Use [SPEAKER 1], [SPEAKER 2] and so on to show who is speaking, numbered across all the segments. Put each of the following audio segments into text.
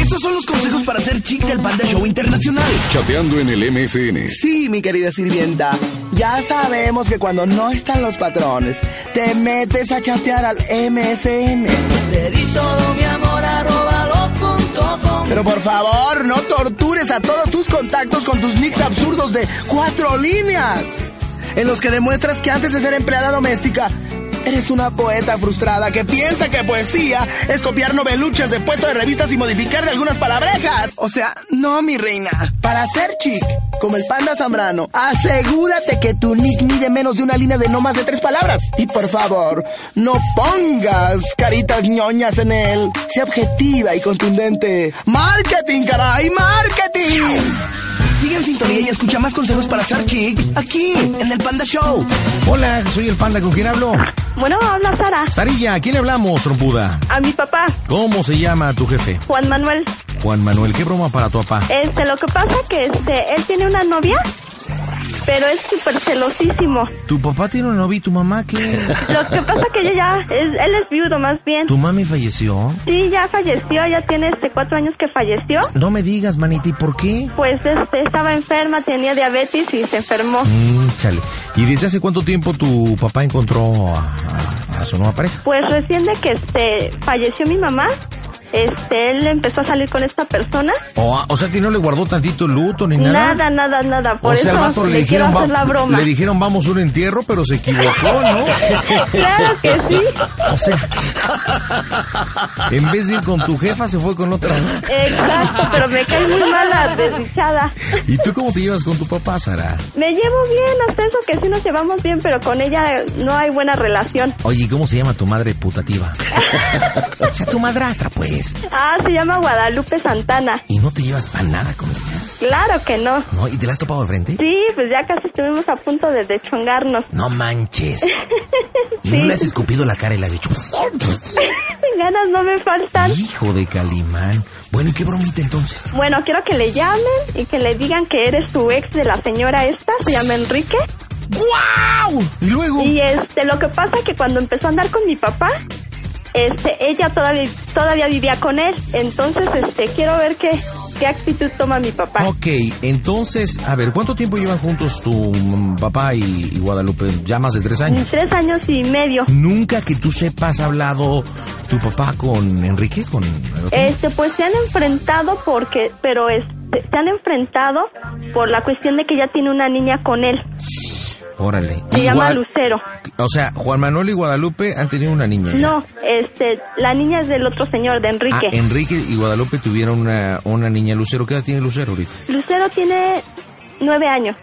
[SPEAKER 1] Estos son los consejos para ser chic del Panda Show Internacional.
[SPEAKER 2] Chateando en el MSN.
[SPEAKER 3] Sí, mi querida sirvienta. Ya sabemos que cuando no están los patrones, te metes a chatear al MSN.
[SPEAKER 4] Le di todo mi amor arroba loco.com.
[SPEAKER 3] Pero por favor, no tortures a todos tus contactos con tus nicks absurdos de cuatro líneas. En los que demuestras que antes de ser empleada doméstica, eres una poeta frustrada que piensa que poesía es copiar noveluchas de puesto de revistas y modificarle algunas palabrejas. O sea, no, mi reina. Para ser chic, como el panda Zambrano, asegúrate que tu nick mide menos de una línea de no más de tres palabras. Y por favor, no pongas caritas ñoñas en él. Sea objetiva y contundente. ¡Marketing, caray! ¡Marketing!
[SPEAKER 1] Sigue en sintonía y escucha más consejos para ser chic aquí, en el Panda Show.
[SPEAKER 5] Hola, soy el panda, ¿con quién hablo?
[SPEAKER 6] Bueno, habla Sara.
[SPEAKER 5] Sarilla, ¿a quién le hablamos, trompuda?
[SPEAKER 6] A mi papá,
[SPEAKER 5] ¿Cómo se llama tu jefe?
[SPEAKER 6] Juan Manuel.
[SPEAKER 5] Juan Manuel, ¿qué broma para tu papá?
[SPEAKER 6] Este, lo que pasa que este, él tiene una novia, pero es súper celosísimo.
[SPEAKER 5] ¿Tu papá tiene una novia y tu mamá qué?
[SPEAKER 6] Lo que pasa que ella ya, es- él es viudo más bien.
[SPEAKER 5] ¿Tu mami falleció?
[SPEAKER 6] Sí, ya falleció, ya tiene este cuatro años que falleció.
[SPEAKER 5] No me digas, manita, ¿y por qué?
[SPEAKER 6] Pues este, estaba enferma, tenía diabetes y se enfermó.
[SPEAKER 5] Mm, chale. ¿Y desde hace cuánto tiempo tu papá encontró a, a- a su nueva pareja?
[SPEAKER 6] Pues recién de que este, falleció mi mamá, este, él empezó a salir con esta persona.
[SPEAKER 5] O, o sea que no le guardó tantito luto ni nada.
[SPEAKER 6] Nada, nada, nada. Por
[SPEAKER 5] o sea, al
[SPEAKER 6] eso
[SPEAKER 5] vato
[SPEAKER 6] le,
[SPEAKER 5] le
[SPEAKER 6] quiero
[SPEAKER 5] dijeron,
[SPEAKER 6] hacer la
[SPEAKER 5] "Va-
[SPEAKER 6] broma.
[SPEAKER 5] le dijeron vamos a un entierro, pero se equivocó, ¿no?
[SPEAKER 6] Claro que sí.
[SPEAKER 5] O sea, en vez de ir con tu jefa, se fue con otra. ¿no?
[SPEAKER 6] Exacto, pero me cae muy mala, desdichada.
[SPEAKER 5] ¿Y tú cómo te llevas con tu papá, Sara?
[SPEAKER 6] Me llevo bien, hasta eso que sí nos llevamos bien, pero con ella no hay buena relación.
[SPEAKER 5] Oye, ¿y ¿cómo se llama tu madre putativa? O sea, tu madrastra, pues.
[SPEAKER 6] Ah, se llama Guadalupe Santana.
[SPEAKER 5] ¿Y no te llevas para nada con ella?
[SPEAKER 6] Claro que no.
[SPEAKER 5] ¿No? ¿Y te la has topado de frente?
[SPEAKER 6] Sí, pues ya casi estuvimos a punto de deschongarnos.
[SPEAKER 5] No manches. ¿Y no le has escupido la cara y le has dicho...
[SPEAKER 6] Ganas no me faltan.
[SPEAKER 5] Hijo de Calimán. Bueno, ¿y qué bromita entonces?
[SPEAKER 6] Bueno, quiero que le llamen y que le digan que eres su ex de la señora esta, se llama Enrique.
[SPEAKER 5] ¡Guau! Y luego...
[SPEAKER 6] Y este, lo que pasa que cuando empezó a andar con mi papá, este, ella todavía todavía vivía con él. Entonces, este, quiero ver qué qué actitud toma mi papá.
[SPEAKER 5] Ok, entonces, a ver, ¿cuánto tiempo llevan juntos tu mm, papá y, y Guadalupe? Ya más de tres años.
[SPEAKER 6] Tres años y medio.
[SPEAKER 5] ¿Nunca que tú sepas ha hablado tu papá con Enrique? ¿Con el otro?
[SPEAKER 6] Este, pues se han enfrentado porque, pero este, se han enfrentado por la cuestión de que ella tiene una niña con él.
[SPEAKER 5] Órale.
[SPEAKER 6] Se
[SPEAKER 5] Y
[SPEAKER 6] llama
[SPEAKER 5] Guad-
[SPEAKER 6] Lucero.
[SPEAKER 5] O sea, Juan Manuel y Guadalupe han tenido una niña. ya.
[SPEAKER 6] No, este, la niña es del otro señor, de
[SPEAKER 5] Ah,
[SPEAKER 6] Enrique.
[SPEAKER 5] Enrique y Guadalupe tuvieron una, una niña Lucero. ¿Qué edad tiene Lucero ahorita?
[SPEAKER 6] Lucero tiene nueve años,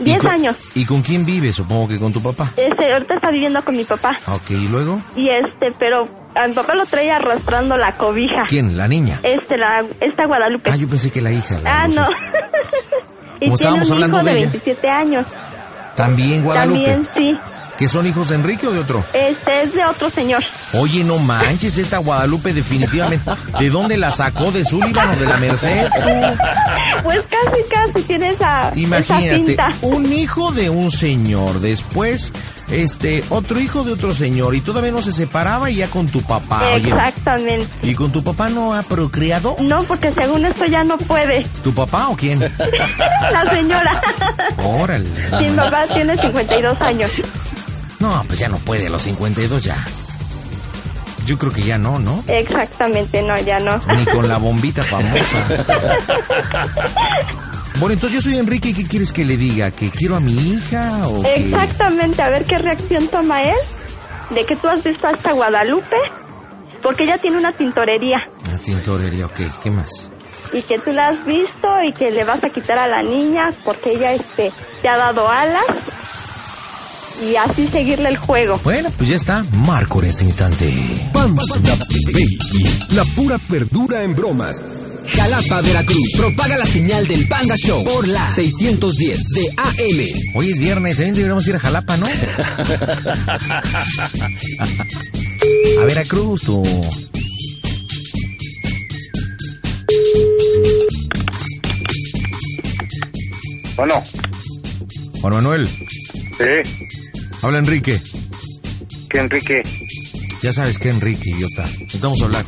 [SPEAKER 5] ¿Y
[SPEAKER 6] diez
[SPEAKER 5] con-
[SPEAKER 6] años.
[SPEAKER 5] ¿Y con quién vive? Supongo que con tu papá.
[SPEAKER 6] Este, ahorita está viviendo con mi papá.
[SPEAKER 5] Ok, ¿y luego?
[SPEAKER 6] Y este, pero a mi papá lo trae arrastrando la cobija.
[SPEAKER 5] ¿Quién? ¿La niña?
[SPEAKER 6] Este, la, esta Guadalupe.
[SPEAKER 5] Ah, yo pensé que la hija. la
[SPEAKER 6] ah, no.
[SPEAKER 5] Lucero.
[SPEAKER 6] y
[SPEAKER 5] Como
[SPEAKER 6] tiene un
[SPEAKER 5] estábamos hablando
[SPEAKER 6] hijo de
[SPEAKER 5] de ella.
[SPEAKER 6] 27 años.
[SPEAKER 5] También Guadalupe.
[SPEAKER 6] También, sí.
[SPEAKER 5] ¿Que son hijos de Enrique o de otro?
[SPEAKER 6] Este es de otro señor.
[SPEAKER 5] Oye, no manches, esta Guadalupe definitivamente. ¿De dónde la sacó? ¿De Sullivan o de la Merced?
[SPEAKER 6] Pues casi, casi tiene esa, esa
[SPEAKER 5] Imagínate,
[SPEAKER 6] cinta.
[SPEAKER 5] un hijo de un señor, después este otro hijo de otro señor y todavía no se separaba y ya con tu papá. oye.
[SPEAKER 6] Exactamente.
[SPEAKER 5] ¿Y con tu papá no ha procreado?
[SPEAKER 6] No, porque según esto ya no puede.
[SPEAKER 5] ¿Tu papá o quién?
[SPEAKER 6] La señora.
[SPEAKER 5] Órale.
[SPEAKER 6] Sí, mi papá tiene 52 años.
[SPEAKER 5] No, pues ya no puede, a los 52 ya. Yo creo que ya no, ¿no?
[SPEAKER 6] Exactamente, no, ya no.
[SPEAKER 5] Ni con la bombita famosa. Bueno, entonces yo soy Enrique y ¿qué quieres que le diga? ¿Que quiero a mi hija o que-
[SPEAKER 6] Exactamente, a ver qué reacción toma él de que tú has visto hasta Guadalupe, porque ella tiene una tintorería
[SPEAKER 5] La tintorería, ok, ¿qué más?
[SPEAKER 6] y que tú la has visto y que le vas a quitar a la niña porque ella este te ha dado alas y así seguirle el juego.
[SPEAKER 5] Bueno, pues ya está. Marco en este instante.
[SPEAKER 2] Panda Baby, la pura verdura en bromas.
[SPEAKER 7] Jalapa, Veracruz. Propaga la señal del Panda Show por la 610 de AM.
[SPEAKER 5] Hoy es viernes, ¿eh? deberíamos ir a Jalapa, ¿no? a Veracruz, tú.
[SPEAKER 8] Bueno,
[SPEAKER 5] Juan Manuel,
[SPEAKER 8] sí,
[SPEAKER 5] habla Enrique.
[SPEAKER 8] que Enrique,
[SPEAKER 5] Ya sabes que Enrique, idiota. Necesitamos hablar.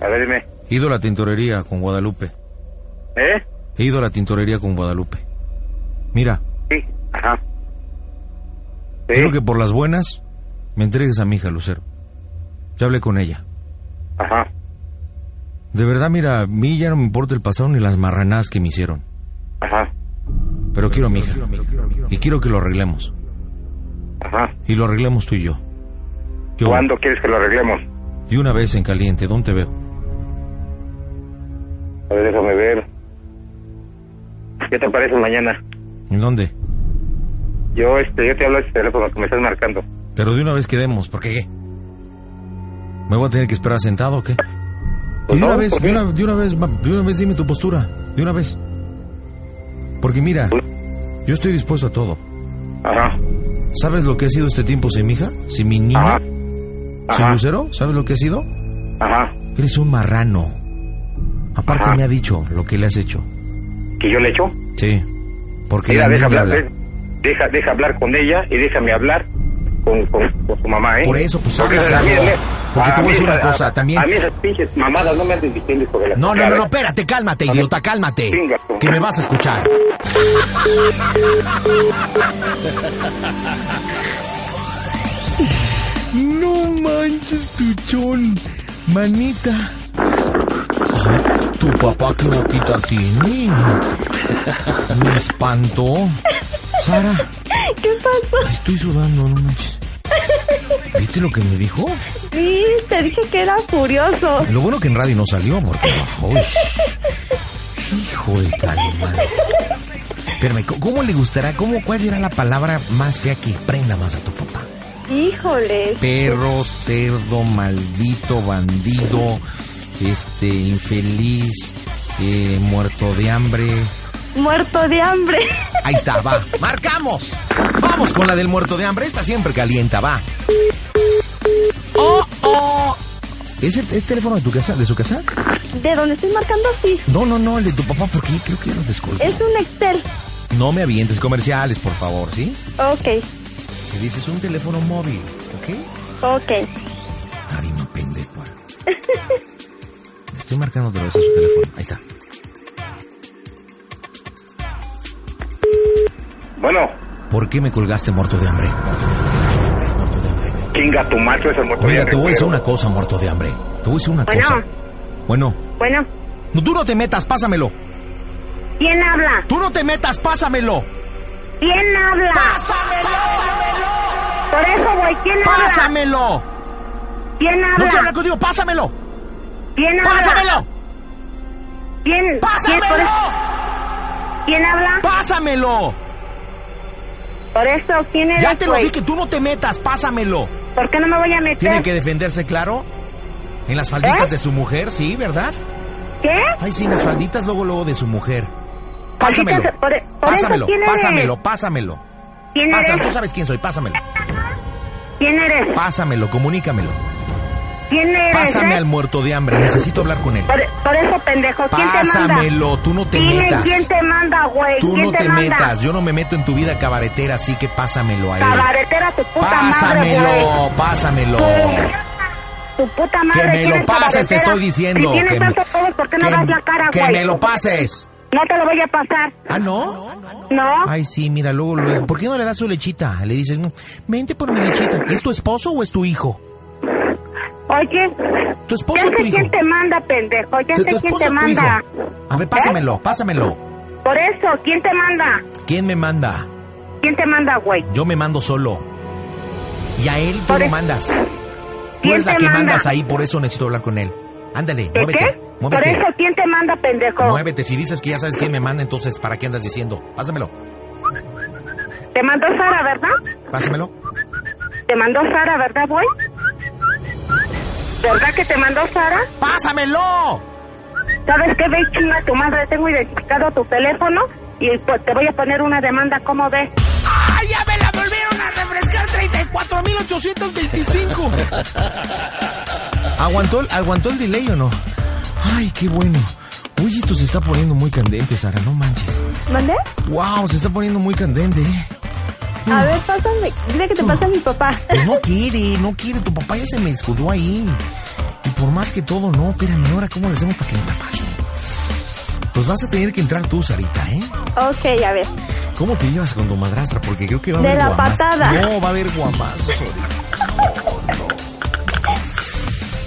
[SPEAKER 8] a ver, dime.
[SPEAKER 5] Ido a la tintorería con Guadalupe.
[SPEAKER 8] ¿Eh?
[SPEAKER 5] He ido a la tintorería con Guadalupe. Mira,
[SPEAKER 8] Sí. Ajá. Sí.
[SPEAKER 5] quiero que por las buenas me entregues a mi hija, Lucero. Ya hablé con ella.
[SPEAKER 8] Ajá.
[SPEAKER 5] De verdad, mira, a mí ya no me importa el pasado ni las marranadas que me hicieron.
[SPEAKER 8] Ajá.
[SPEAKER 5] Pero quiero a mi hija. Y quiero que lo arreglemos.
[SPEAKER 8] Ajá.
[SPEAKER 5] Y lo arreglemos tú y yo. Yo,
[SPEAKER 8] ¿Cuándo quieres que lo arreglemos?
[SPEAKER 5] Y una vez en caliente, ¿dónde te veo?
[SPEAKER 8] A ver, déjame ver. ¿Qué te parece mañana?
[SPEAKER 5] ¿En dónde?
[SPEAKER 8] Yo, este, yo te hablo de este teléfono que me estás marcando.
[SPEAKER 5] Pero de una vez quedemos, ¿por qué? ¿Me voy a tener que esperar sentado o qué?
[SPEAKER 8] Pues
[SPEAKER 5] de, una
[SPEAKER 8] no,
[SPEAKER 5] vez,
[SPEAKER 8] ¿por
[SPEAKER 5] de,
[SPEAKER 8] qué?
[SPEAKER 5] una, de una vez, ma- de una vez dime tu postura, de una vez. Porque mira, yo estoy dispuesto a todo.
[SPEAKER 8] Ajá.
[SPEAKER 5] ¿Sabes lo que ha sido este tiempo sin mi hija? Sin mi niña,
[SPEAKER 8] Ajá.
[SPEAKER 5] sin
[SPEAKER 8] Ajá.
[SPEAKER 5] Lucero, ¿sabes lo que ha sido?
[SPEAKER 8] Ajá.
[SPEAKER 5] Eres un marrano. Aparte
[SPEAKER 8] Ajá.
[SPEAKER 5] me ha dicho lo que le has hecho.
[SPEAKER 8] ¿Que yo le echo?
[SPEAKER 5] Sí, porque
[SPEAKER 8] Mira,
[SPEAKER 5] la
[SPEAKER 8] deja
[SPEAKER 5] niña
[SPEAKER 8] hablar,
[SPEAKER 5] habla.
[SPEAKER 8] de- deja, deja hablar con ella y déjame hablar con, con, con su mamá, ¿eh?
[SPEAKER 5] Por eso, pues,
[SPEAKER 8] Porque
[SPEAKER 5] hablas
[SPEAKER 8] a mí-
[SPEAKER 5] algo. Porque te voy a
[SPEAKER 8] mí
[SPEAKER 5] decir una
[SPEAKER 8] esas-
[SPEAKER 5] cosa, también-
[SPEAKER 8] A mí esas pinches mamadas no me andes diciendo sobre la
[SPEAKER 5] No, no, no,
[SPEAKER 8] chingada,
[SPEAKER 5] no,
[SPEAKER 8] ¿eh?
[SPEAKER 5] espérate, cálmate, idiota, cálmate.
[SPEAKER 8] Chinga tu
[SPEAKER 5] Que me
[SPEAKER 8] madre.
[SPEAKER 5] vas a escuchar. No manches, tuchón. Manita. Ay, tu papá qué boquita tiene. Me espantó. Sara,
[SPEAKER 9] ¿Qué pasó?
[SPEAKER 5] estoy sudando, no manches. ¿Viste lo que me dijo?
[SPEAKER 9] Sí, te dije que era furioso.
[SPEAKER 5] Lo bueno que en radio no salió porque uy, hijo de calma. Espérame, ¿cómo- ¿cómo le gustará? ¿Cómo, ¿Cuál será la palabra más fea que prenda más a tu papá?
[SPEAKER 9] Híjole.
[SPEAKER 5] Perro, cerdo, maldito, bandido, este, infeliz, eh, muerto de hambre.
[SPEAKER 9] Muerto de hambre.
[SPEAKER 5] Ahí está, va, marcamos. Vamos con la del muerto de hambre, esta siempre calienta, va. Oh, oh. ¿Es, el- ¿Es teléfono de tu casa, de su casa?
[SPEAKER 9] ¿De dónde estoy marcando así?
[SPEAKER 5] No, no, no, el de tu papá, porque yo creo que ya lo descolgó.
[SPEAKER 9] Es un Excel.
[SPEAKER 5] No me avientes comerciales, por favor, ¿sí?
[SPEAKER 9] Ok,
[SPEAKER 5] Que dices un teléfono móvil, ¿ok?
[SPEAKER 9] ok.
[SPEAKER 5] Tarima pendejo. Le Estoy marcando otra vez a su teléfono. Ahí está.
[SPEAKER 8] Bueno,
[SPEAKER 5] ¿Por qué me colgaste muerto de hambre? Muerto de hambre, muerto de hambre, muerto de hambre.
[SPEAKER 8] chinga tu macho ese motor.
[SPEAKER 5] Mira, te voy a decir una cosa, muerto de hambre. Te voy a decir una
[SPEAKER 6] Bueno.
[SPEAKER 5] cosa. Bueno,
[SPEAKER 6] Bueno,
[SPEAKER 5] no, tú no te metas, pásamelo.
[SPEAKER 6] ¿quién habla?
[SPEAKER 5] Tú no te metas, pásamelo.
[SPEAKER 6] ¿Quién habla? Por eso voy, ¿quién habla?
[SPEAKER 5] ¡Pásamelo!
[SPEAKER 6] ¿Quién
[SPEAKER 5] ¡No quiero
[SPEAKER 6] habla?
[SPEAKER 5] hablar contigo! ¡Pásamelo!
[SPEAKER 6] ¿Quién habla?
[SPEAKER 5] ¡Pásamelo!
[SPEAKER 6] ¿Quién? ¿Quién? Por
[SPEAKER 5] ¡Pásamelo!
[SPEAKER 6] eso- ¿Quién habla?
[SPEAKER 5] ¡Pásamelo!
[SPEAKER 6] Por eso, ¿quién eres,
[SPEAKER 5] Ya te lo
[SPEAKER 6] güey?
[SPEAKER 5] dije, tú no te metas, pásamelo.
[SPEAKER 6] ¿Por qué no me voy a meter?
[SPEAKER 5] Tiene que defenderse, claro. En las falditas
[SPEAKER 6] ¿Eh?
[SPEAKER 5] de su mujer, sí, ¿verdad?
[SPEAKER 6] ¿Qué?
[SPEAKER 5] Ay, sí, en las falditas luego, luego de su mujer. Pásamelo.
[SPEAKER 6] Falditas, por- por eso,
[SPEAKER 5] Pásamelo,
[SPEAKER 6] ¿quién eres?
[SPEAKER 5] pásamelo, pásamelo.
[SPEAKER 6] ¿Quién
[SPEAKER 5] Pásamelo, tú
[SPEAKER 6] eres?
[SPEAKER 5] sabes quién soy, pásamelo.
[SPEAKER 6] ¿Quién eres?
[SPEAKER 5] Pásamelo, comunícamelo.
[SPEAKER 6] ¿Quién eres?
[SPEAKER 5] Pásame
[SPEAKER 6] eh?
[SPEAKER 5] al muerto de hambre, necesito hablar con él.
[SPEAKER 6] por, por eso, pendejo, ¿quién te manda?
[SPEAKER 5] Pásamelo, tú no te
[SPEAKER 6] Dime
[SPEAKER 5] metas.
[SPEAKER 6] quién te manda, güey.
[SPEAKER 5] Tú
[SPEAKER 6] ¿Quién
[SPEAKER 5] no te
[SPEAKER 6] manda?
[SPEAKER 5] metas, yo no me meto en tu vida cabaretera, así que pásamelo a él.
[SPEAKER 6] Cabaretera, tu puta madre, güey.
[SPEAKER 5] Pásamelo, pásamelo.
[SPEAKER 6] Tu puta madre.
[SPEAKER 5] Que me
[SPEAKER 6] ¿quién
[SPEAKER 5] lo pases, te
[SPEAKER 6] es cabaretera?
[SPEAKER 5] estoy diciendo.
[SPEAKER 6] Si tienes
[SPEAKER 5] que me,
[SPEAKER 6] tantos huevos, ¿por qué no
[SPEAKER 5] que-
[SPEAKER 6] das la cara,
[SPEAKER 5] que
[SPEAKER 6] güey?
[SPEAKER 5] me lo pases.
[SPEAKER 6] No te lo voy a pasar,
[SPEAKER 5] ¿Ah, no?
[SPEAKER 6] ¿no?
[SPEAKER 5] Ay, sí, mira, luego, luego. ¿Por qué no le das su lechita? Le dices, vente por mi lechita. ¿Es tu esposo o es tu hijo?
[SPEAKER 6] Oye,
[SPEAKER 5] ¿Tu
[SPEAKER 6] ya
[SPEAKER 5] esposo o tu
[SPEAKER 6] sé
[SPEAKER 5] hijo?
[SPEAKER 6] quién te manda, pendejo. Ya
[SPEAKER 5] ¿Tu-
[SPEAKER 6] sé
[SPEAKER 5] tu
[SPEAKER 6] quién
[SPEAKER 5] esposo
[SPEAKER 6] te
[SPEAKER 5] o tu hijo?
[SPEAKER 6] manda.
[SPEAKER 5] A ver, pásamelo, pásamelo.
[SPEAKER 6] Por eso, ¿quién te manda?
[SPEAKER 5] ¿Quién me manda?
[SPEAKER 6] ¿Quién te manda, güey?
[SPEAKER 5] Yo me mando solo. Y a él tú
[SPEAKER 6] Por
[SPEAKER 5] lo
[SPEAKER 6] eso.
[SPEAKER 5] mandas. Tú
[SPEAKER 6] ¿Quién
[SPEAKER 5] eres la
[SPEAKER 6] te
[SPEAKER 5] que
[SPEAKER 6] manda?
[SPEAKER 5] mandas ahí, por eso necesito hablar con él. Ándale,
[SPEAKER 6] ¿De
[SPEAKER 5] muévete.
[SPEAKER 6] qué? Por
[SPEAKER 5] Muévete.
[SPEAKER 6] eso, ¿quién te manda, pendejo?
[SPEAKER 5] Muévete, si dices que ya sabes quién me manda, entonces, ¿para qué andas diciendo? Pásamelo,
[SPEAKER 6] Te mandó Sara, ¿verdad?
[SPEAKER 5] pásamelo.
[SPEAKER 6] Te mandó Sara, ¿verdad, güey? ¿Verdad que te mandó Sara?
[SPEAKER 5] ¡Pásamelo!
[SPEAKER 6] ¿Sabes qué, ve y chinga tu madre? Tengo identificado tu teléfono y pues, te voy a poner una demanda, ¿cómo ves?
[SPEAKER 5] ¡Ay, ya me la volvieron a refrescar 34,825! ¿Aguantó, el- ¿Aguantó el delay o no? Ay, qué bueno. Uy, esto se está poniendo muy candente, Sara, no manches.
[SPEAKER 9] ¿Mandé?
[SPEAKER 5] Wow, se está poniendo muy candente. ¿eh?
[SPEAKER 9] A ver, pásame. Dile que te pase a mi papá.
[SPEAKER 5] Pues no quiere, no quiere. Tu papá ya se me escudó ahí. Y por más que todo, no, espérame, ahora cómo le hacemos para que no te pase. Pues vas a tener que entrar tú, Sarita, ¿eh?
[SPEAKER 9] Ok, a ver.
[SPEAKER 5] ¿Cómo te llevas con tu madrastra? Porque creo que va a
[SPEAKER 9] De
[SPEAKER 5] haber
[SPEAKER 9] la
[SPEAKER 5] guamazos.
[SPEAKER 9] patada.
[SPEAKER 5] No, va a haber guamazos.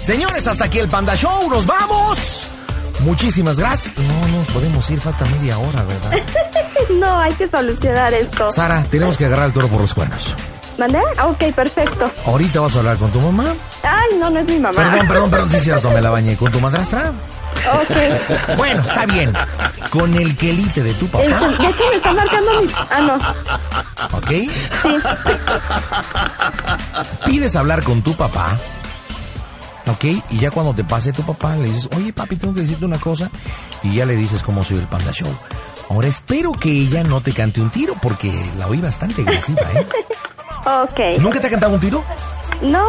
[SPEAKER 5] Señores, hasta aquí el Panda Show. ¡Nos vamos! Muchísimas gracias. No nos podemos ir, falta media hora, ¿verdad?
[SPEAKER 9] no, hay que solucionar esto.
[SPEAKER 5] Sara, tenemos que agarrar el toro por los cuernos.
[SPEAKER 9] ¿Mandé? Ah, Ok, perfecto.
[SPEAKER 5] Ahorita vas a hablar con tu mamá.
[SPEAKER 9] Ay, no, no es mi mamá.
[SPEAKER 5] Perdón, perdón, perdón, sí es cierto, me la bañé. ¿Con tu madrastra?
[SPEAKER 9] Ok.
[SPEAKER 5] Bueno, está bien. Con el quelite de tu
[SPEAKER 9] El-
[SPEAKER 5] papá,
[SPEAKER 9] ya que me está marcando mi... Ah, no.
[SPEAKER 5] ¿ok? Pides hablar con tu papá, ¿ok? Y ya cuando te pase tu papá, le dices, oye papi, tengo que decirte una cosa. Y ya le dices cómo soy el Panda Show. Ahora espero que ella no te cante un tiro porque la oí bastante agresiva, ¿eh?
[SPEAKER 9] Ok.
[SPEAKER 5] ¿Nunca te ha cantado un tiro?
[SPEAKER 9] No.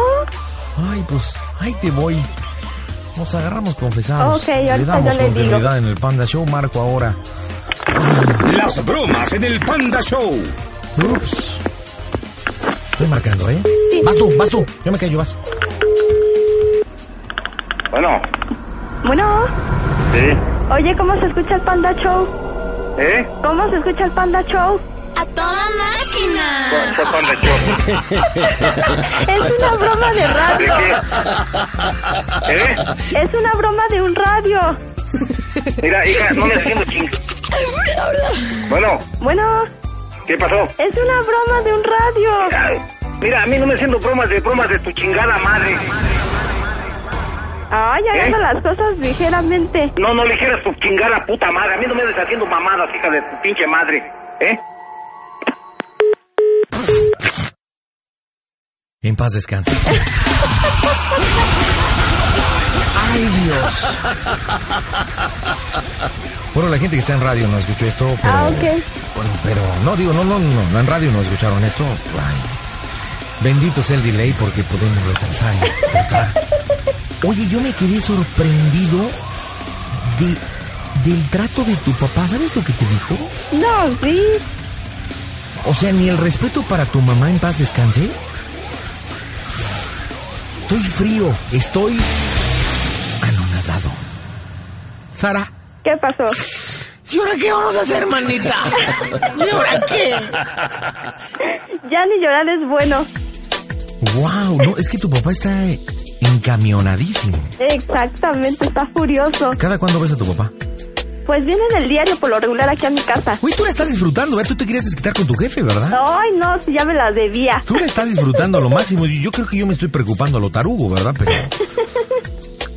[SPEAKER 5] Ay, pues, ahí te voy. Nos agarramos confesados.
[SPEAKER 9] Ok, ahorita
[SPEAKER 5] le damos
[SPEAKER 9] yo le digo.
[SPEAKER 5] continuidad en el Panda Show, Marco ahora.
[SPEAKER 2] Las bromas en el Panda Show.
[SPEAKER 5] Ups. Estoy marcando, ¿eh? Vas tú, vas tú. Yo me callo, vas.
[SPEAKER 8] Bueno,
[SPEAKER 9] Bueno.
[SPEAKER 8] sí.
[SPEAKER 9] Oye, ¿cómo se escucha el Panda Show?
[SPEAKER 8] ¿Eh?
[SPEAKER 9] ¿Cómo se escucha el Panda Show?
[SPEAKER 10] A toda máquina.
[SPEAKER 8] ¿Cuál cuál Panda Show?
[SPEAKER 9] Es una broma de
[SPEAKER 8] ¿De
[SPEAKER 9] radio.
[SPEAKER 8] qué? ¿Eh?
[SPEAKER 9] Es una broma de un radio.
[SPEAKER 8] Mira, hija, no me haciendo ching. Bueno,
[SPEAKER 9] Bueno,
[SPEAKER 8] ¿qué pasó?
[SPEAKER 9] es una broma de un radio.
[SPEAKER 8] Ay, Mira, a mí no me haciendo bromas de bromas de tu chingada madre.
[SPEAKER 9] Ay, haciendo
[SPEAKER 8] ¿Eh?
[SPEAKER 9] las cosas ligeramente.
[SPEAKER 8] No, no le dijeras tu chingada puta madre. A mí no me andes haciendo mamadas, hija de tu pinche madre. ¿Eh?
[SPEAKER 5] En paz descanse. ¡Ay, Dios! Bueno, la gente que está en radio no escuchó esto, pero...
[SPEAKER 9] Ah, ok.
[SPEAKER 5] Bueno, pero... No, digo, no, no, no, no, en radio no escucharon esto. Ay, bendito sea el delay porque podemos retrasar y cortar. Oye, yo me quedé sorprendido de, del trato de tu papá. ¿Sabes lo que te dijo?
[SPEAKER 9] No, sí.
[SPEAKER 5] O sea, ni el respeto para tu mamá en paz descanse. Estoy frío, estoy anonadado. Sara,
[SPEAKER 9] ¿Qué pasó?
[SPEAKER 5] ¿y ahora qué vamos a hacer, manita? ¿Y ahora qué?
[SPEAKER 9] Ya ni llorar es bueno.
[SPEAKER 5] Wow, no, es que tu papá está encamionadísimo.
[SPEAKER 9] Exactamente, está furioso.
[SPEAKER 5] ¿Cada cuándo ves a tu papá?
[SPEAKER 9] Pues viene en el diario por lo regular aquí a mi casa.
[SPEAKER 5] Uy, tú la estás disfrutando, ¿verdad? Tú te querías desquitar con tu jefe, ¿verdad?
[SPEAKER 9] Ay, no, si ya me la debía.
[SPEAKER 5] Tú la estás disfrutando a lo máximo. Yo yo creo que yo me estoy preocupando a lo tarugo, ¿verdad? Pero...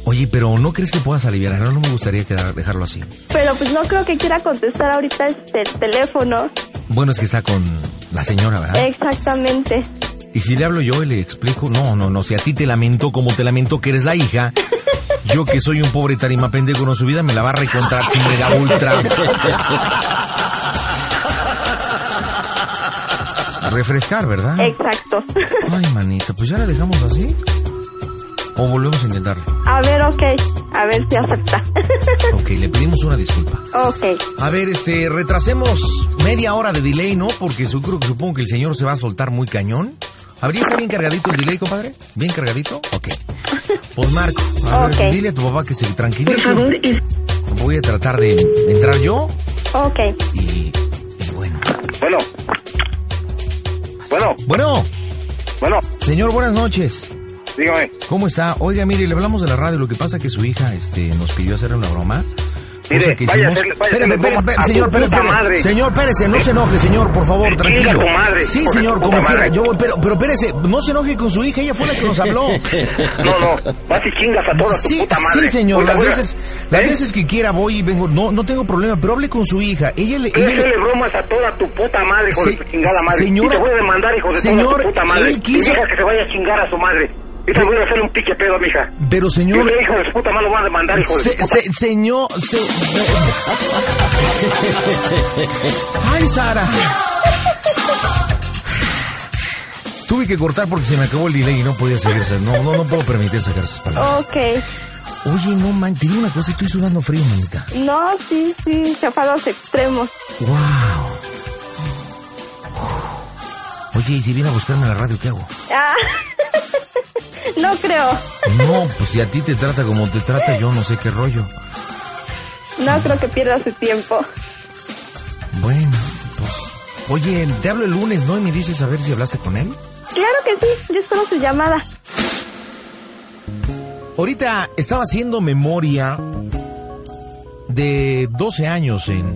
[SPEAKER 5] Oye, pero ¿no crees que puedas aliviar? No, no me gustaría quedar- dejarlo así.
[SPEAKER 9] Pero pues no creo que quiera contestar ahorita este el teléfono.
[SPEAKER 5] Bueno, es que está con la señora, ¿verdad?
[SPEAKER 9] Exactamente.
[SPEAKER 5] Y si le hablo yo y le explico, no, no, no, si a ti te lamento como te lamento que eres la hija, yo que soy un pobre tarima pendejo no su vida, me la va a recontar sin mega ultra. Refrescar, ¿verdad?
[SPEAKER 9] Exacto.
[SPEAKER 5] Ay, manita, pues ya la dejamos así. O volvemos a intentarlo.
[SPEAKER 9] A ver, ok. A ver si acepta.
[SPEAKER 5] Ok, le pedimos una disculpa.
[SPEAKER 9] ok.
[SPEAKER 5] A ver, este, retrasemos media hora de delay, ¿no? Porque su- creo que supongo que el señor se va a soltar muy cañón. ¿Habría está bien cargadito el delay, compadre? ¿Bien cargadito? Ok. Pues Marco, a ver,
[SPEAKER 9] Ok.
[SPEAKER 5] dile a tu papá que se tranquilice. Voy a tratar de entrar yo
[SPEAKER 9] Ok.
[SPEAKER 5] y, y bueno.
[SPEAKER 8] Bueno. Bueno,
[SPEAKER 5] Bueno,
[SPEAKER 8] bueno,
[SPEAKER 5] señor, buenas noches.
[SPEAKER 8] dígame.
[SPEAKER 5] ¿Cómo está? Oiga, mire, le hablamos de la radio. Lo que pasa que su hija este, nos pidió hacer una broma.
[SPEAKER 8] Mire,
[SPEAKER 5] Cosa que
[SPEAKER 8] vaya a
[SPEAKER 5] hicimos.
[SPEAKER 8] hacerle- vaya a
[SPEAKER 5] Espérame,
[SPEAKER 8] hacerle broma
[SPEAKER 5] espérame,
[SPEAKER 8] a
[SPEAKER 5] espérame,
[SPEAKER 8] tu
[SPEAKER 5] señor,
[SPEAKER 8] puta
[SPEAKER 5] espérame, espérame.
[SPEAKER 8] madre. Eh,
[SPEAKER 5] Señor, Pérez, no se enoje, señor, por favor,
[SPEAKER 8] Chinga
[SPEAKER 5] tranquilo.
[SPEAKER 8] tu madre,
[SPEAKER 5] sí,
[SPEAKER 8] hijo de
[SPEAKER 5] señor,
[SPEAKER 8] puta
[SPEAKER 5] como
[SPEAKER 8] madre.
[SPEAKER 5] quiera. Yo, pero, pero Pérez, no se enoje con su hija, ella fue la que nos habló.
[SPEAKER 8] No, no, vas y chingas a toda tu
[SPEAKER 5] Sí,
[SPEAKER 8] puta madre.
[SPEAKER 5] sí, señor,
[SPEAKER 8] Oiga,
[SPEAKER 5] las
[SPEAKER 8] oiga,
[SPEAKER 5] veces, las
[SPEAKER 8] ¿eh?
[SPEAKER 5] veces que quiera voy y vengo, no, no tengo problema, pero hable con su hija. Ella le,
[SPEAKER 8] Tú
[SPEAKER 5] ella le-
[SPEAKER 8] hacerle bromas a toda tu puta madre, hijo de
[SPEAKER 5] Se-
[SPEAKER 8] tu chingada madre.
[SPEAKER 5] señora-
[SPEAKER 8] Y te voy a demandar, hijo de
[SPEAKER 5] señor,
[SPEAKER 8] toda tu puta madre.
[SPEAKER 5] él quiso-
[SPEAKER 8] Y deja que se vaya a chingar a su madre. Y te voy a hacerle un pique pedo a mi hija.
[SPEAKER 5] pero
[SPEAKER 8] Yo
[SPEAKER 5] señor,
[SPEAKER 8] le hijo de su puta madre lo voy a demandar, hijo de
[SPEAKER 5] se-
[SPEAKER 8] su puta
[SPEAKER 5] se- señor, se- ay Sara, tuve que cortar porque se me acabó el delay y no podía seguirse, no, no, no puedo permitir sacar esas palabras.
[SPEAKER 9] Ok.
[SPEAKER 5] Oye, no man, te digo una cosa, estoy sudando frío, manita.
[SPEAKER 9] No, sí, sí. Se fue a los extremos.
[SPEAKER 5] Wow. Oye, y si viene a buscarme a la radio, ¿qué hago?
[SPEAKER 9] Ah. No creo.
[SPEAKER 5] No, pues si a ti te trata como te trata, yo no sé qué rollo.
[SPEAKER 9] No creo que pierda su tiempo.
[SPEAKER 5] Bueno, pues. Oye, te hablo el lunes, ¿no? Y me dices a ver si hablaste con él.
[SPEAKER 9] Claro que sí, yo espero su llamada.
[SPEAKER 5] Ahorita estaba haciendo memoria de 12 años en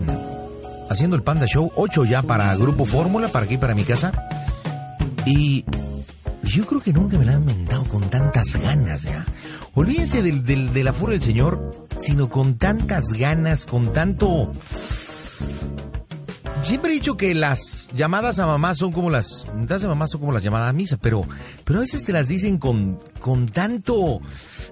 [SPEAKER 5] haciendo el Panda Show, 8 ya para Grupo Fórmula, para aquí, para mi casa. Y yo creo que nunca me la han mentado con tantas ganas ya. Olvídense del, del, del aforo del señor, sino con tantas ganas, con tanto... Siempre he dicho que las llamadas a mamá son como las llamadas a mamá son como las llamadas a misa, pero, pero a veces te las dicen con, con tanto,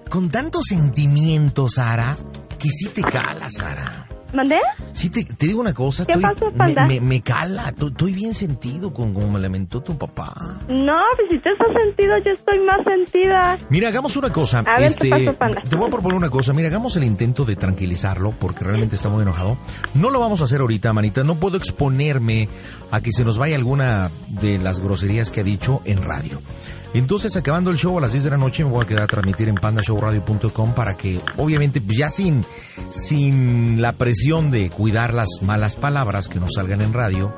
[SPEAKER 5] con tanto sentimiento, Sara, que sí te cala, Sara.
[SPEAKER 9] ¿Mandé?
[SPEAKER 5] Sí, te, te digo una cosa,
[SPEAKER 9] ¿Qué
[SPEAKER 5] estoy-
[SPEAKER 9] pasó,
[SPEAKER 5] me-
[SPEAKER 9] Panda?
[SPEAKER 5] me, me cala, to- estoy bien sentido con como me lamentó tu papá.
[SPEAKER 9] No, pues si te has sentido, yo estoy más sentida.
[SPEAKER 5] Mira, hagamos una cosa.
[SPEAKER 9] A ver, ¿qué
[SPEAKER 5] este,
[SPEAKER 9] pasó, Panda?
[SPEAKER 5] te voy a proponer una cosa. Mira, hagamos el intento de tranquilizarlo porque realmente está muy enojado. No lo vamos a hacer ahorita, manita. No puedo exponerme a que se nos vaya alguna de las groserías que ha dicho en radio. Entonces, acabando el show a las 10 de la noche, me voy a quedar a transmitir en pandashowradio.com para que, obviamente, ya sin, sin la presión de cuidar las malas palabras que nos salgan en radio,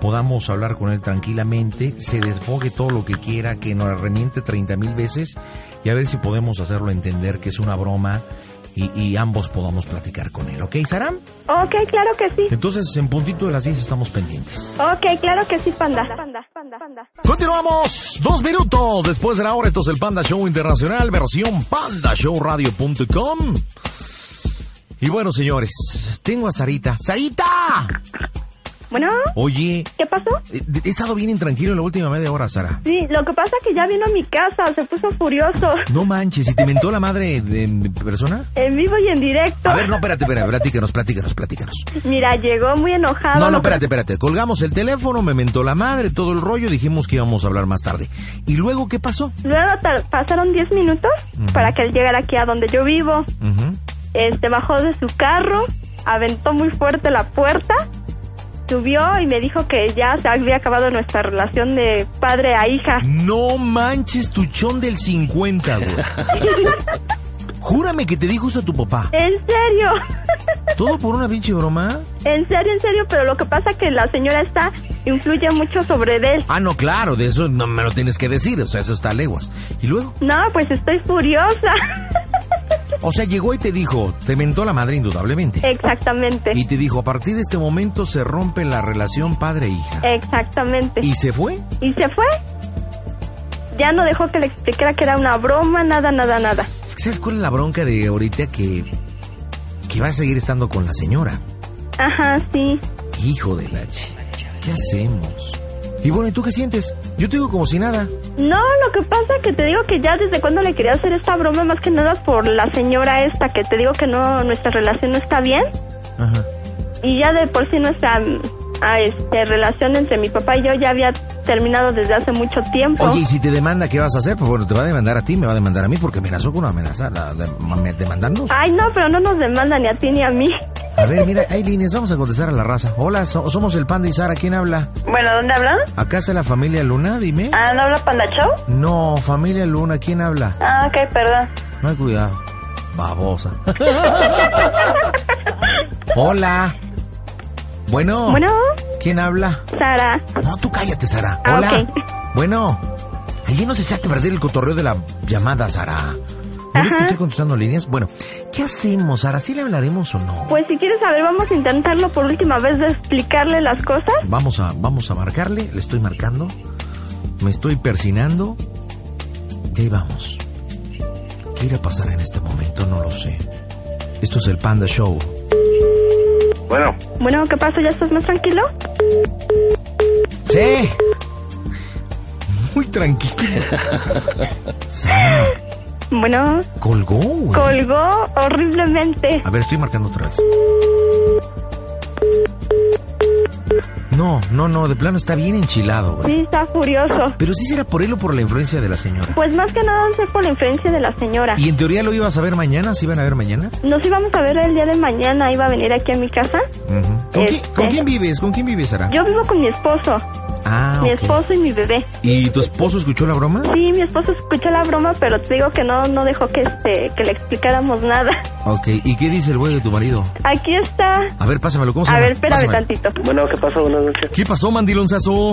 [SPEAKER 5] podamos hablar con él tranquilamente, se desfogue todo lo que quiera, que nos arremiente 30 mil veces y a ver si podemos hacerlo entender que es una broma y, y ambos podamos platicar con él. ¿Ok, Sara?
[SPEAKER 9] Ok, claro que sí.
[SPEAKER 5] Entonces, en puntito de las 10 estamos pendientes.
[SPEAKER 9] Ok, claro que sí, panda. panda,
[SPEAKER 5] Continuamos dos minutos después de la hora. Esto es el Panda Show Internacional, versión pandashowradio.com. Y bueno, señores, tengo a Sarita. ¡Sarita!
[SPEAKER 9] Bueno,
[SPEAKER 5] Oye,
[SPEAKER 9] ¿qué pasó?
[SPEAKER 5] eh, he estado bien intranquilo en la última media hora, Sara.
[SPEAKER 9] Sí, lo que pasa es que ya vino a mi casa, se puso furioso.
[SPEAKER 5] No manches, ¿y te mentó la madre de, de persona?
[SPEAKER 9] En vivo y en directo.
[SPEAKER 5] A ver, no, espérate, espérate, platícanos, platícanos, platícanos.
[SPEAKER 9] Mira, llegó muy enojado.
[SPEAKER 5] No, no, espérate, espérate. Colgamos el teléfono, me mentó la madre, todo el rollo, dijimos que íbamos a hablar más tarde. ¿Y luego qué pasó?
[SPEAKER 9] Luego ta- pasaron 10 minutos para que él llegara aquí a donde yo vivo.
[SPEAKER 5] Ujú.
[SPEAKER 9] Este bajó de su carro, aventó muy fuerte la puerta, subió y me dijo que ya se había acabado nuestra relación de padre a hija.
[SPEAKER 5] No manches, tuchón del 50, güey. Júrame que te dijo eso a tu papá.
[SPEAKER 9] En serio,
[SPEAKER 5] ¿Todo por una pinche broma?
[SPEAKER 9] en serio, en serio, pero lo que pasa que la señora está influye mucho sobre de él.
[SPEAKER 5] Ah, no, claro, de eso no me lo tienes que decir, o sea, eso está a leguas. ¿Y luego?
[SPEAKER 9] No, pues estoy furiosa.
[SPEAKER 5] O sea, llegó y te dijo, te mentó la madre indudablemente.
[SPEAKER 9] Exactamente.
[SPEAKER 5] Y te dijo, a partir de este momento se rompe la relación padre-hija.
[SPEAKER 9] Eh, Exactamente.
[SPEAKER 5] ¿Y se fue?
[SPEAKER 9] Y se fue. Ya no dejó que le explicara que era una broma, nada, nada, nada.
[SPEAKER 5] Es que, ¿Sabes cuál es la bronca de ahorita que, que va a seguir estando con la señora?
[SPEAKER 9] Ajá, sí.
[SPEAKER 5] Hijo de la ch- ¿Qué hacemos? Y bueno, ¿y tú qué sientes? Yo te digo como si nada.
[SPEAKER 9] No, lo que pasa que te digo que ya desde cuando le quería hacer esta broma, más que nada por la señora esta, que te digo que no, nuestra relación no está bien.
[SPEAKER 5] Ajá.
[SPEAKER 9] Y ya de por sí nuestra mm, ah, este, relación entre mi papá y yo ya había terminado desde hace mucho tiempo.
[SPEAKER 5] Oye, y si te demanda, ¿qué vas a hacer? Pues bueno, te va a demandar a ti, me va a demandar a mí, porque amenazó con una amenaza, la, la- me- demandarnos.
[SPEAKER 9] Ay, no, pero no nos demanda ni a ti ni a mí.
[SPEAKER 5] A ver, mira, hay líneas, vamos a contestar a la raza. Hola, so- somos el Panda y Sara, ¿quién habla?
[SPEAKER 11] Bueno, ¿dónde hablan?
[SPEAKER 5] ¿Acá es la familia Luna? Dime.
[SPEAKER 11] Ah, ¿no habla Panda Show?
[SPEAKER 5] No, familia Luna, ¿quién habla?
[SPEAKER 11] Ah, ok, perdón.
[SPEAKER 5] No hay cuidado. Babosa. Hola. Bueno.
[SPEAKER 9] Bueno.
[SPEAKER 5] ¿Quién habla?
[SPEAKER 9] Sara.
[SPEAKER 5] No, tú cállate, Sara.
[SPEAKER 9] Ah,
[SPEAKER 5] Hola.
[SPEAKER 9] ok.
[SPEAKER 5] Bueno. Ayer nos echaste a perder el cotorreo de la llamada, Sara. ¿No ves que estoy contestando líneas? Bueno, ¿qué hacemos, Sara? ¿Sí le hablaremos o no?
[SPEAKER 9] Pues si quieres saber, vamos a intentarlo por última vez de explicarle las cosas.
[SPEAKER 5] Vamos a, vamos a marcarle. Le estoy marcando. Me estoy persinando. Y ahí vamos. ¿Qué irá a pasar en este momento? No lo sé. Esto es el Panda Show.
[SPEAKER 8] Bueno,
[SPEAKER 9] Bueno, ¿qué pasa? ¿Ya estás más tranquilo?
[SPEAKER 5] Sí. Muy tranquilo. Sara,
[SPEAKER 9] Bueno,
[SPEAKER 5] colgó, güey.
[SPEAKER 9] colgó horriblemente.
[SPEAKER 5] A ver, estoy marcando otra vez. No, no, no, de plano está bien enchilado, güey.
[SPEAKER 9] Sí, está furioso.
[SPEAKER 5] Pero sí será por él o por la influencia de la señora.
[SPEAKER 9] Pues más que nada sé por la influencia de la señora.
[SPEAKER 5] Y en teoría lo ibas a ver mañana, ¿sí iban a ver mañana?
[SPEAKER 9] Nos íbamos a ver el día de mañana, iba a venir aquí a mi casa.
[SPEAKER 5] Ujú. ¿Con,
[SPEAKER 9] Este.
[SPEAKER 5] quién, con quién vives? ¿Con quién vives, Sara?
[SPEAKER 9] Yo vivo con mi esposo.
[SPEAKER 5] Ah,
[SPEAKER 9] mi
[SPEAKER 5] ok.
[SPEAKER 9] esposo y mi bebé.
[SPEAKER 5] ¿Y tu esposo escuchó la broma?
[SPEAKER 9] Sí, mi esposo escuchó la broma, pero te digo que no, no dejó que este, que le explicáramos nada.
[SPEAKER 5] Ok, ¿y qué dice el güey de tu marido?
[SPEAKER 9] Aquí está.
[SPEAKER 5] A ver, pásamelo, ¿cómo se
[SPEAKER 9] A
[SPEAKER 5] llama?
[SPEAKER 9] ver, espérame
[SPEAKER 5] Pásamelo.
[SPEAKER 9] tantito.
[SPEAKER 8] Bueno, ¿qué pasó? Buenas noches.
[SPEAKER 5] ¿Qué pasó, mandilonzazo?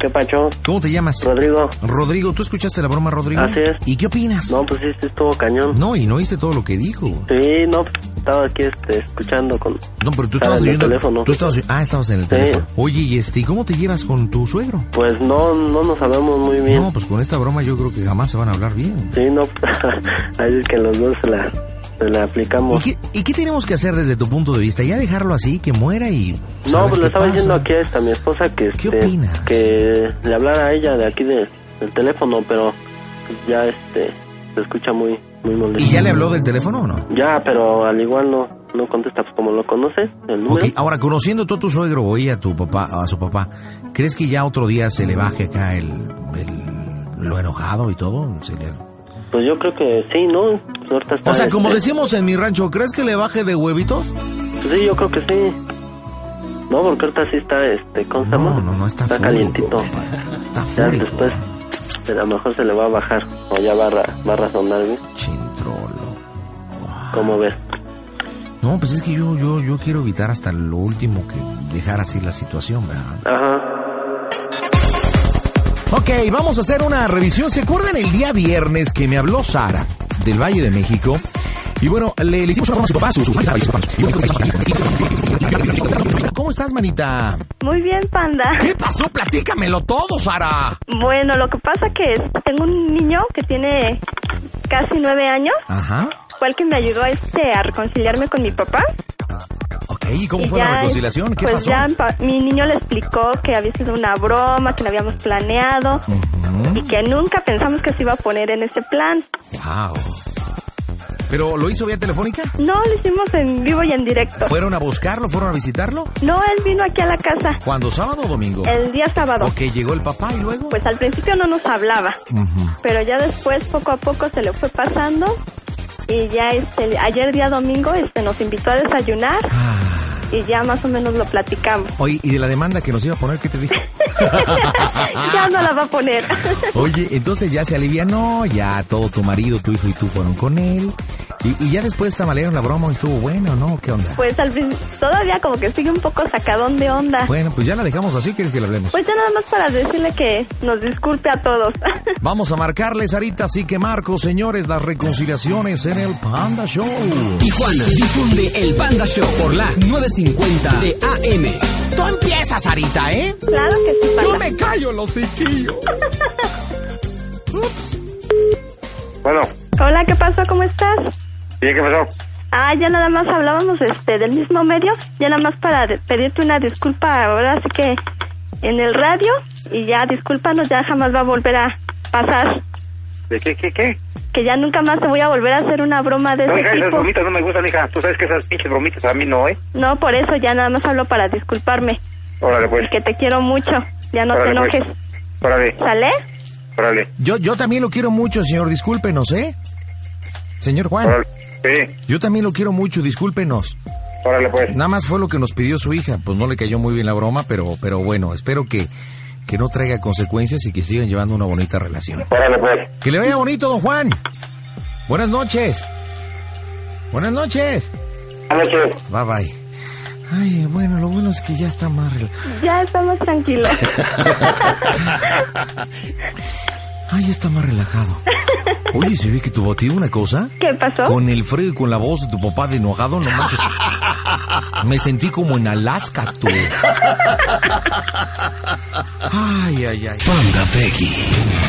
[SPEAKER 8] ¿Qué pacho?
[SPEAKER 5] ¿Cómo te llamas?
[SPEAKER 8] Rodrigo.
[SPEAKER 5] Rodrigo, ¿tú escuchaste la broma, Rodrigo?
[SPEAKER 8] Así es.
[SPEAKER 5] ¿Y qué opinas?
[SPEAKER 8] No, pues sí, sí, estuvo cañón.
[SPEAKER 5] No, y no oíste todo lo que dijo.
[SPEAKER 8] Sí, no, pues, estaba aquí este, escuchando con...
[SPEAKER 5] No, pero tú
[SPEAKER 8] Estaba
[SPEAKER 5] estabas
[SPEAKER 8] en el
[SPEAKER 5] oyendo...
[SPEAKER 8] teléfono.
[SPEAKER 5] Tú estabas... Ah, estabas en el teléfono. Oye, y este, ¿y cómo te llevas con tu suegro?
[SPEAKER 8] Pues no, no nos hablamos muy bien.
[SPEAKER 5] No, pues con esta broma yo creo que jamás se van a hablar bien.
[SPEAKER 8] Sí, no, así es que los dos se la, se la
[SPEAKER 5] ¿Y
[SPEAKER 8] aplicamos.
[SPEAKER 5] qué, y qué tenemos que hacer desde tu punto de vista? ¿Ya dejarlo así, que muera y...
[SPEAKER 8] No,
[SPEAKER 5] saber
[SPEAKER 8] pues
[SPEAKER 5] qué
[SPEAKER 8] le estaba
[SPEAKER 5] pasa?
[SPEAKER 8] diciendo aquí a esta, mi esposa, que, este,
[SPEAKER 5] opinas?
[SPEAKER 8] que le hablara a ella de aquí de, del teléfono, pero pues, ya este, se escucha muy, muy molesto.
[SPEAKER 5] ¿Y ya le habló del teléfono o no?
[SPEAKER 8] Ya, pero al igual no, no contesta, pues como lo conoces, el número.
[SPEAKER 5] Ok, ahora conociendo tú a tu suegro o ella a tu papá, a su papá, ¿crees que ya otro día se le baje acá el, el- lo enojado y todo? Se le-
[SPEAKER 8] Pues yo creo que sí, ¿no? Pues, ahorita está,
[SPEAKER 5] O sea, como
[SPEAKER 8] este,
[SPEAKER 5] decimos en mi rancho, ¿crees que le baje de huevitos?
[SPEAKER 8] pues, sí, yo creo que sí. No, porque ahorita sí está, este, consta
[SPEAKER 5] No, no, no, está,
[SPEAKER 8] Está
[SPEAKER 5] fúrico,
[SPEAKER 8] calientito.
[SPEAKER 5] papá, Está
[SPEAKER 8] Ya
[SPEAKER 5] fúrico.
[SPEAKER 8] después, a lo mejor se le va a bajar, o ya va a, ra- va a razonar, ¿sí?
[SPEAKER 5] Chintrolo. Ah.
[SPEAKER 8] ¿Cómo ves?
[SPEAKER 5] No, pues es que yo, yo, yo quiero evitar hasta lo último que dejar así la situación, ¿verdad?
[SPEAKER 8] Ajá.
[SPEAKER 5] Ok, vamos a hacer una revisión. ¿Se acuerdan el día viernes que me habló Sara del Valle de México? Y bueno, le, le hicimos una broma a su papá, su- su- su- ¿Cómo estás, manita?
[SPEAKER 9] Muy bien, panda.
[SPEAKER 5] ¿Qué pasó? Platícamelo todo, Sara.
[SPEAKER 9] Bueno, lo que pasa que es- tengo un niño que tiene casi nueve años,
[SPEAKER 5] Ajá.
[SPEAKER 9] fue el que me ayudó este a reconciliarme con mi papá.
[SPEAKER 5] Ok, ¿y cómo
[SPEAKER 9] Y
[SPEAKER 5] fue
[SPEAKER 9] ya,
[SPEAKER 5] la reconciliación? ¿Qué
[SPEAKER 9] pues
[SPEAKER 5] pasó?
[SPEAKER 9] ya pa- mi niño le explicó que había sido una broma, que lo habíamos planeado y que nunca pensamos que se iba a poner en ese plan.
[SPEAKER 5] Wow. ¿Pero lo hizo vía telefónica?
[SPEAKER 9] No, lo hicimos en vivo y en directo.
[SPEAKER 5] ¿Fueron a buscarlo? ¿Fueron a visitarlo?
[SPEAKER 9] No, él vino aquí a la casa
[SPEAKER 5] ¿Cuándo? ¿Sábado o domingo?
[SPEAKER 9] el día sábado.
[SPEAKER 5] Ok, llegó el papá y luego.
[SPEAKER 9] Pues al principio no nos hablaba,
[SPEAKER 5] Ujú.
[SPEAKER 9] pero ya después poco a poco se le fue pasando y ya este ayer día domingo este nos invitó a desayunar y ya más o menos lo platicamos.
[SPEAKER 5] Ah, Oye, ¿y de la demanda que nos iba a poner qué te dijo?
[SPEAKER 9] ya no la va a poner.
[SPEAKER 5] Oye, entonces ya se alivianó, ya todo tu marido, tu hijo y tú fueron con él. Y, y ya después tamalearon la broma, estuvo bueno, ¿no? ¿Qué onda?
[SPEAKER 9] Pues al prin- todavía como que sigue un poco sacadón de onda.
[SPEAKER 5] Bueno, pues ya la dejamos así, ¿quieres que le hablemos?
[SPEAKER 9] Pues ya nada más para decirle que nos disculpe a todos.
[SPEAKER 5] Vamos a marcarles ahorita, así que Marco, señores, las reconciliaciones en el Panda Show.
[SPEAKER 7] Tijuana difunde el Panda Show por la 950 de AM.
[SPEAKER 5] Tú empiezas, Sarita, ¿eh?
[SPEAKER 9] claro que sí,
[SPEAKER 5] Yo
[SPEAKER 9] panda.
[SPEAKER 5] me callo, los chiquillos. Ups.
[SPEAKER 8] Bueno,
[SPEAKER 9] Hola, ¿qué pasó? ¿Cómo estás?
[SPEAKER 8] ¿y qué pasó?
[SPEAKER 9] Ah, ya nada más hablábamos este del mismo medio, ya nada más para de- pedirte una disculpa ahora, así que en el radio y ya discúlpanos, ya jamás va a volver a pasar,
[SPEAKER 8] ¿De qué, qué, qué?
[SPEAKER 9] que ya nunca más te voy a volver a hacer una broma de
[SPEAKER 8] No, hija,
[SPEAKER 9] ese
[SPEAKER 8] esas
[SPEAKER 9] tipo.
[SPEAKER 8] bromitas no me gustan, hija. Tú sabes que esas pinches bromitas a mí no, ¿eh?
[SPEAKER 9] No, por eso ya nada más hablo para disculparme,
[SPEAKER 8] Órale, pues.
[SPEAKER 9] y que te quiero mucho, ya no te
[SPEAKER 8] Órale, pues.
[SPEAKER 9] enojes,
[SPEAKER 8] Órale,
[SPEAKER 9] ¿sale?
[SPEAKER 8] órale,
[SPEAKER 5] Yo, yo también lo quiero mucho, señor, discúlpenos, ¿eh? Señor Juan,
[SPEAKER 8] órale. Sí,
[SPEAKER 5] yo también lo quiero mucho, discúlpenos.
[SPEAKER 8] órale, pues.
[SPEAKER 5] Nada más fue lo que nos pidió su hija. Pues no le cayó muy bien la broma, pero, pero bueno, espero que, que no traiga consecuencias y que sigan llevando una bonita relación.
[SPEAKER 8] Órale, pues.
[SPEAKER 5] Que le vaya bonito, don Juan. Buenas noches. Buenas noches.
[SPEAKER 8] Buenas noches.
[SPEAKER 5] Bye bye. Ay, bueno, lo bueno es que ya está más rela-
[SPEAKER 9] Ya estamos tranquilos.
[SPEAKER 5] Ay, ya está más relajado. Oye, se ve que tu batido una cosa.
[SPEAKER 9] ¿Qué pasó?
[SPEAKER 5] Con el frío y con la voz de tu papá de enojado, no manches. Me sentí como en Alaska, tú. Ay, ay, ay.
[SPEAKER 2] Panda Peggy.